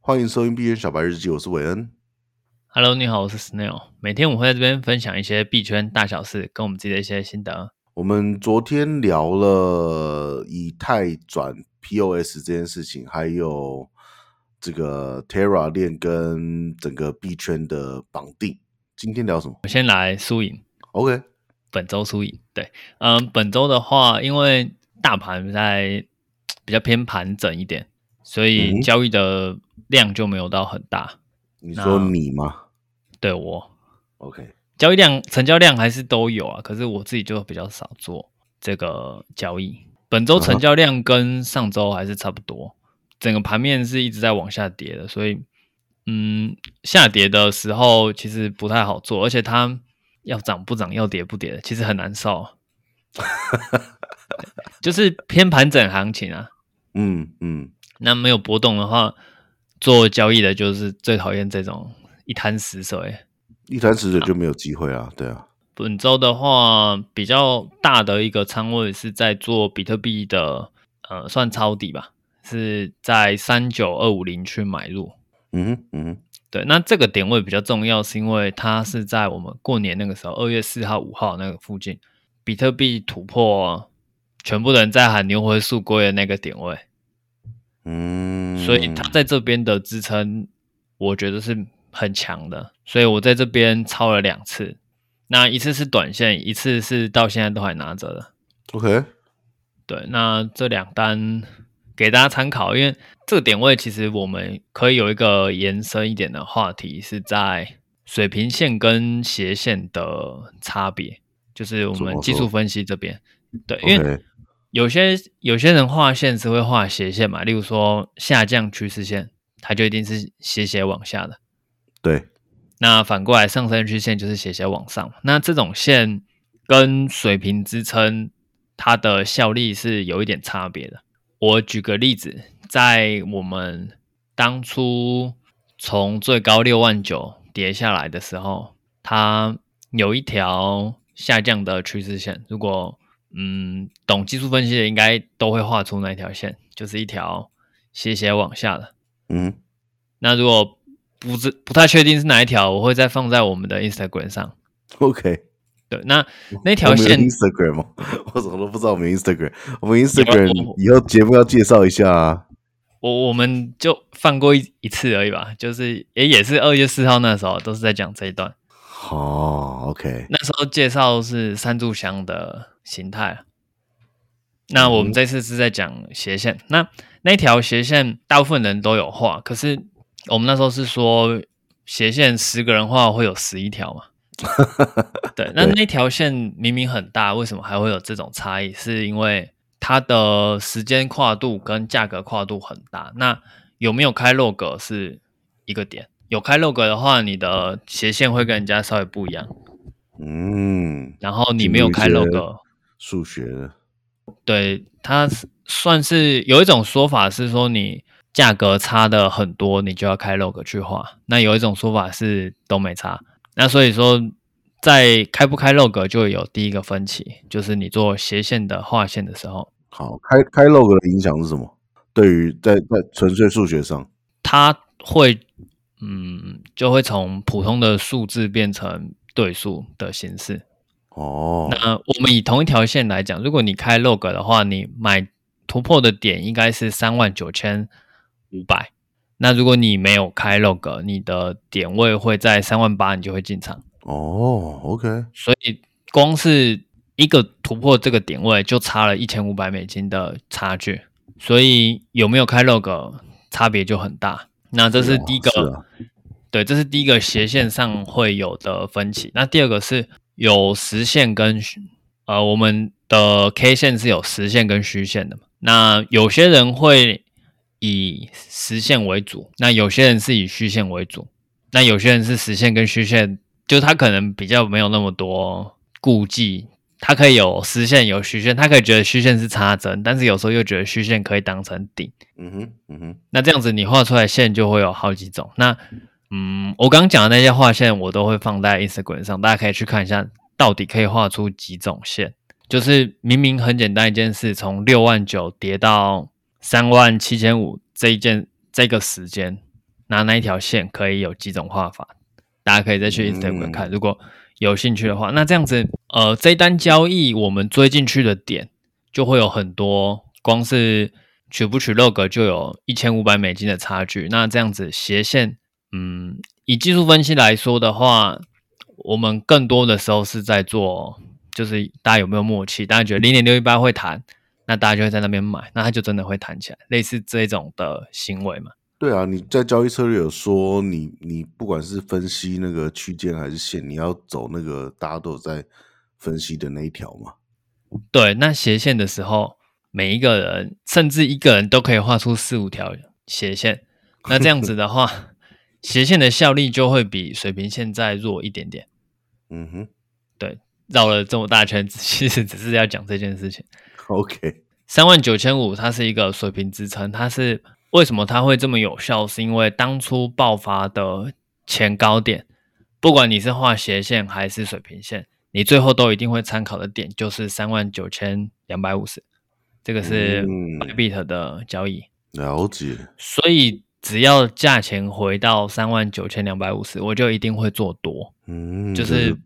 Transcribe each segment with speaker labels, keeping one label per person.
Speaker 1: 欢迎收听《币圈小白日记》，我是韦恩。
Speaker 2: Hello，你好，我是 Snail。每天我会在这边分享一些币圈大小事，跟我们自己的一些心得。
Speaker 1: 我们昨天聊了以太转 POS 这件事情，还有这个 Terra 链跟整个币圈的绑定。今天聊什么
Speaker 2: 我先来输赢，
Speaker 1: ？OK，
Speaker 2: 本周输赢。对，嗯，本周的话，因为大盘在比较偏盘整一点，所
Speaker 1: 嗯
Speaker 2: 以交易的量就没有到很大。
Speaker 1: 你说
Speaker 2: 那
Speaker 1: 你吗
Speaker 2: 对我
Speaker 1: ？OK，
Speaker 2: 交易量、成交量还是都有啊，可是我自己就比较少做这个交易。本周成交量跟上周还是差不多，整个盘面是一直在往下跌的，所以嗯，下跌的时候其实不太好做，而且它要涨不涨，要跌不跌的，其实很难受啊，就是偏盘整行情啊。
Speaker 1: 嗯嗯，
Speaker 2: 那没有波动的话，做交易的就是最讨厌这种一滩死水。
Speaker 1: 一潭死水就没有机会啊，对啊，
Speaker 2: 本周的话，比较大的一个仓位是在做比特币的，呃，算抄底吧，是在三九二五零去买入。
Speaker 1: 嗯哼嗯哼，
Speaker 2: 对，那这个点位比较重要，是因为它是在我们过年那个时候，二月四号、五号那个附近，比特币突破全部人在喊牛回速归的那个点位，
Speaker 1: 嗯，
Speaker 2: 所以它在这边的支撑，我觉得是很强的，所以我在这边抄了两次，那一次是短线，一次是到现在都还拿着的。
Speaker 1: OK，
Speaker 2: 对，那这两单给大家参考，因为这个点位其实我们可以有一个延伸一点的话题，是在水平线跟斜线的差别，就是我
Speaker 1: 怎么
Speaker 2: 们
Speaker 1: 说
Speaker 2: 技术分析这边。对，因为
Speaker 1: OK，
Speaker 2: 有些有些人画线是会画斜线嘛，例如说下降趋势线，它就一定是斜斜往下的。
Speaker 1: 对，
Speaker 2: 那反过来上升曲线就是斜斜往上。那这种线跟水平支撑，它的效力是有一点差别的。我举个例子，在我们当初从最高六万九跌下来的时候，它有一条下降的趋势线。如果嗯懂技术分析的，应该都会画出那条线，就是一条斜斜往下的。
Speaker 1: 嗯，
Speaker 2: 那如果不知不太确定是哪一条，我会再放在我们的 Instagram 上。
Speaker 1: OK，
Speaker 2: 对，那那
Speaker 1: 我
Speaker 2: 条
Speaker 1: 们有
Speaker 2: 线啊
Speaker 1: Instagram 哦， 我怎么都不知道我们有 Instagram，我们 Instagram
Speaker 2: 我
Speaker 1: 以后节目要介绍一下啊。
Speaker 2: 我我们就放过一一次而已吧，就是也也是二月四号那时候都是在讲这一段，
Speaker 1: 好，OK，
Speaker 2: 那时候介绍是三炷香的形态。那我们这次是在讲斜线，那那条斜线大部分人都有画，可是我们那时候是说斜线十个人画会有十一 条嘛，对，那
Speaker 1: 对
Speaker 2: 那条线明明很大，为什么还会有这种差异？是因为它的时间跨度跟价格跨度很大。那有没有开漏格是一个点，有开漏格的话，你的斜线会跟人家稍微不一样。
Speaker 1: 嗯，
Speaker 2: 然后你没有开
Speaker 1: 进入
Speaker 2: 漏
Speaker 1: 一些
Speaker 2: 格，
Speaker 1: 数学的，
Speaker 2: 对它是算是有一种说法是说你价格差的很多，你就要开 log 去画。那有一种说法是都没差。那所以说，在开不开 log 就有第一个分歧，就是你做斜线的画线的时候，
Speaker 1: 好，开开 log 的影响是什么？对于在在纯粹数学上，
Speaker 2: 它会嗯就会从普通的数字变成对数的形式。
Speaker 1: 哦，
Speaker 2: 那我们以同一条线来讲，如果你开 log 的话，你买突破的点应该是三万九千五百。那如果你没有开 log，你的点位会在三万八，你就会进场。
Speaker 1: 哦，OK，
Speaker 2: 所以光是一个突破这个点位，就差了一千五百美金的差距。所以有没有开 log，差别就很大。那这是
Speaker 1: 哇
Speaker 2: 第一个，
Speaker 1: 是啊
Speaker 2: 对，这是第一个斜线上会有的分歧。那第二个是有实线跟虚呃，我们的 K 线是有实线跟虚线的嘛？那有些人会以实线为主，那有些人是以虚线为主，那有些人是实线跟虚线，就他可能比较没有那么多顾忌。他可以有实线，有虚线，他可以觉得虚线是插针，但是有时候又觉得虚线可以当成顶。
Speaker 1: 嗯哼，嗯哼，
Speaker 2: 那这样子你画出来线就会有好几种。那嗯，我刚讲的那些画线我都会放在 Instagram 上，大家可以去看一下，到底可以画出几种线。就是明明很简单一件事，从六万九跌到三万七千五这一件这个时间，那那一条线可以有几种画法，大家可以再去 Instagram 看，如果有兴趣的话，那这样子，呃，这一单交易我们追进去的点就会有很多，光是取不取 log 就有一千五百美金的差距。那这样子斜线，嗯，以技术分析来说的话，我们更多的时候是在做，就是大家有没有默契？大家觉得零点六一八会弹，那大家就会在那边买，那它就真的会弹起来，类似这种的行为嘛？
Speaker 1: 对啊，你在交易策略有说，你你不管是分析那个区间还是线，你要走那个大家都有在分析的那一条嘛？
Speaker 2: 对，那斜线的时候，每一个人甚至一个人都可以画出四五条斜线。那这样子的话， 斜线的效力就会比水平线再弱一点点。
Speaker 1: 嗯哼
Speaker 2: 对，绕了这么大圈，其实只是要讲这件事情。
Speaker 1: ，OK，
Speaker 2: 三万九千五，它是一个水平支撑，它是为什么它会这么有效？是因为当初爆发的前高点，不管你是画斜线还是水平线，你最后都一定会参考的点就是三万九千两百五十，这个是
Speaker 1: 嗯
Speaker 2: Bybit 的交易，
Speaker 1: 了解。
Speaker 2: 所以只要价钱回到三万九千两百五十，我就一定会做多。
Speaker 1: 嗯，
Speaker 2: 就
Speaker 1: 真
Speaker 2: 是
Speaker 1: 的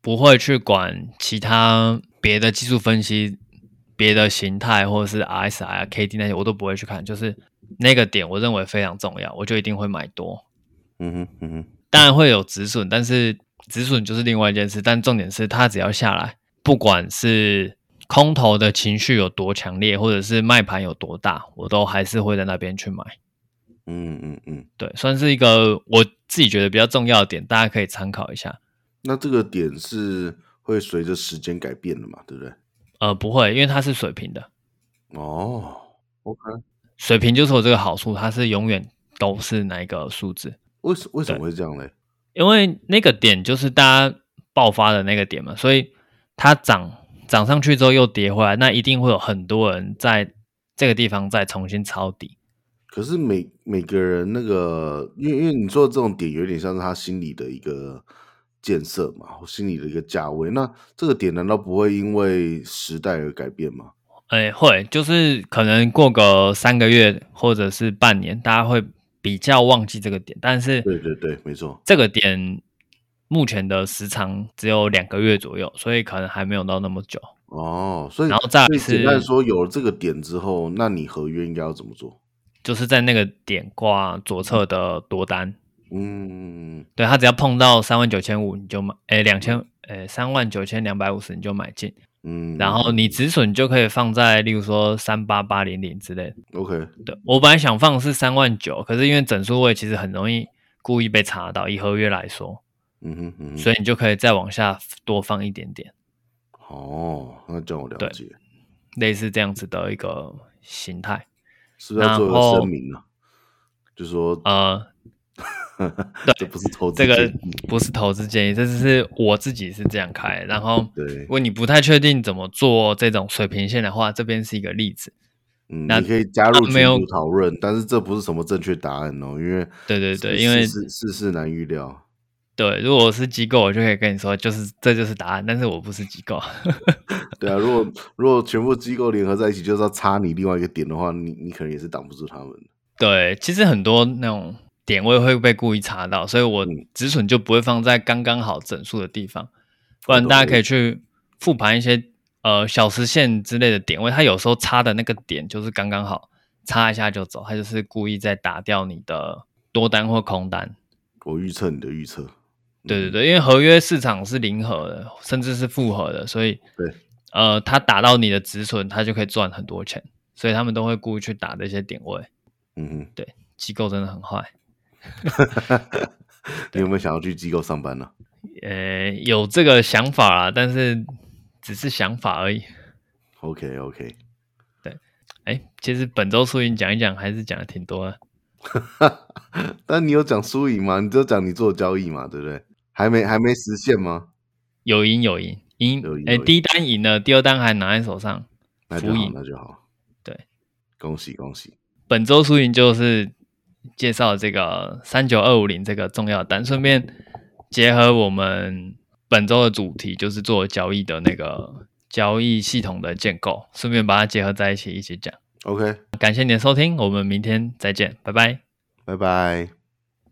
Speaker 2: 不会去管其他别的技术分析、别的形态或者是 RSI 啊、KD 那些，我都不会去看。就是那个点，我认为非常重要，我就一定会买多。
Speaker 1: 嗯哼嗯哼，
Speaker 2: 当然会有止损，但是止损就是另外一件事。但重点是，它只要下来，不管是空头的情绪有多强烈，或者是卖盘有多大，我都还是会在那边去买。
Speaker 1: 嗯嗯嗯。
Speaker 2: 对，算是一个我自己觉得比较重要的点，大家可以参考一下。
Speaker 1: 那这个点是会随着时间改变的嘛？对不对？
Speaker 2: 呃，不会，因为它是水平的，
Speaker 1: 哦，OK，
Speaker 2: 水平就是有这个好处，它是永远都是那一个数字，
Speaker 1: 为什为什么会这样嘞？
Speaker 2: 因为那个点就是大家爆发的那个点嘛，所以它涨涨上去之后又跌回来，那一定会有很多人在这个地方再重新抄底。
Speaker 1: 可是每每个人那个，因为因为你做这种点，有点像是他心里的一个建设嘛，或心里的一个价位。那这个点难道不会因为时代而改变吗？
Speaker 2: 哎，会，就是可能过个三个月或者是半年，大家会比较忘记这个点，但是
Speaker 1: 对对对，没错。
Speaker 2: 这个点目前的时长只有两个月左右，所以可能还没有到那么久。
Speaker 1: 哦，所以
Speaker 2: 然后再来
Speaker 1: 所以简单
Speaker 2: 是
Speaker 1: 说，有了这个点之后，那你合约应该要怎么做？
Speaker 2: 就是在那个点挂左侧的多单，
Speaker 1: 嗯，
Speaker 2: 对它只要碰到三万九千五你就买，诶两千，诶三万九千两百五十你就买进，
Speaker 1: 嗯，
Speaker 2: 然后你止损就可以放在例如说三八八零零之类的。
Speaker 1: OK，
Speaker 2: 对我本来想放的是三万九，可是因为整数位其实很容易故意被查到，以合约来说，
Speaker 1: 嗯哼嗯哼，
Speaker 2: 所
Speaker 1: 以
Speaker 2: 以你就可以再往下多放一点点，
Speaker 1: 哦，那这样我了
Speaker 2: 对
Speaker 1: 解，
Speaker 2: 类似这样子的一个形态。
Speaker 1: 是不是要做
Speaker 2: 然
Speaker 1: 个
Speaker 2: 后
Speaker 1: 声明啊？就说
Speaker 2: 呃，
Speaker 1: 这不是投资
Speaker 2: 这个
Speaker 1: 建议啊
Speaker 2: 不是投资建议，这只是我自己是这样开。然后，
Speaker 1: 对
Speaker 2: 如果你不太确定怎么做这种水平线的话，这边是一个例子。
Speaker 1: 嗯，
Speaker 2: 那
Speaker 1: 你可以加入
Speaker 2: 啊没
Speaker 1: 群
Speaker 2: 有
Speaker 1: 组讨论，但是这不是什么正确答案哦，因为
Speaker 2: 对对对
Speaker 1: 世
Speaker 2: 因为
Speaker 1: 世世事难预料。
Speaker 2: 对，如果我是机构，我就可以跟你说，就是这就是答案。但是我不是机构，
Speaker 1: 对啊，如果如果全部机构联合在一起，就是要插你另外一个点的话，你你可能也是挡不住他们的。
Speaker 2: 对，其实很多那种点位会被故意查到，所以我
Speaker 1: 嗯
Speaker 2: 止损就不会放在刚刚好整数的地方，不然
Speaker 1: 懂
Speaker 2: 大
Speaker 1: 我
Speaker 2: 家可
Speaker 1: 意
Speaker 2: 以去复盘一些呃小时线之类的点位，它有时候插的那个点就是刚刚好，插一下就走，它就是故意在打掉你的多单或空单。
Speaker 1: 我预测你的预测，嗯
Speaker 2: 对对对，因为合约市场是零和的，甚至是复合的，所以
Speaker 1: 对，
Speaker 2: 呃，它打到你的止损，它就可以赚很多钱，所以他们都会故意去打这些点位。
Speaker 1: 嗯
Speaker 2: 机构真的很坏，
Speaker 1: 哼，你有没有想要去机构上班呢、
Speaker 2: 呃，有这个想法啦，但是只是想法而已。
Speaker 1: o k OK，
Speaker 2: 哎，其实本周输赢讲一讲，还是讲的挺多的。
Speaker 1: 但你有讲输赢吗？你只有讲你做的交易嘛，对不对？还没还没实现吗？
Speaker 2: 有赢有赢，赢
Speaker 1: 有赢
Speaker 2: 哎，
Speaker 1: 有赢
Speaker 2: 第一单赢了，第二单还拿在手上。
Speaker 1: 那就
Speaker 2: 浮
Speaker 1: 好，
Speaker 2: 盈
Speaker 1: 那就好，
Speaker 2: 对，
Speaker 1: 恭喜恭喜。
Speaker 2: 本周输赢就是介绍这个三九二五零这个重要单，顺便结合我们本周的主题，就是做交易的那个交易系统的建构，顺便把它结合在一起一起讲。
Speaker 1: OK，
Speaker 2: 感谢你的收听，我们明天再见，拜拜。
Speaker 1: 拜拜。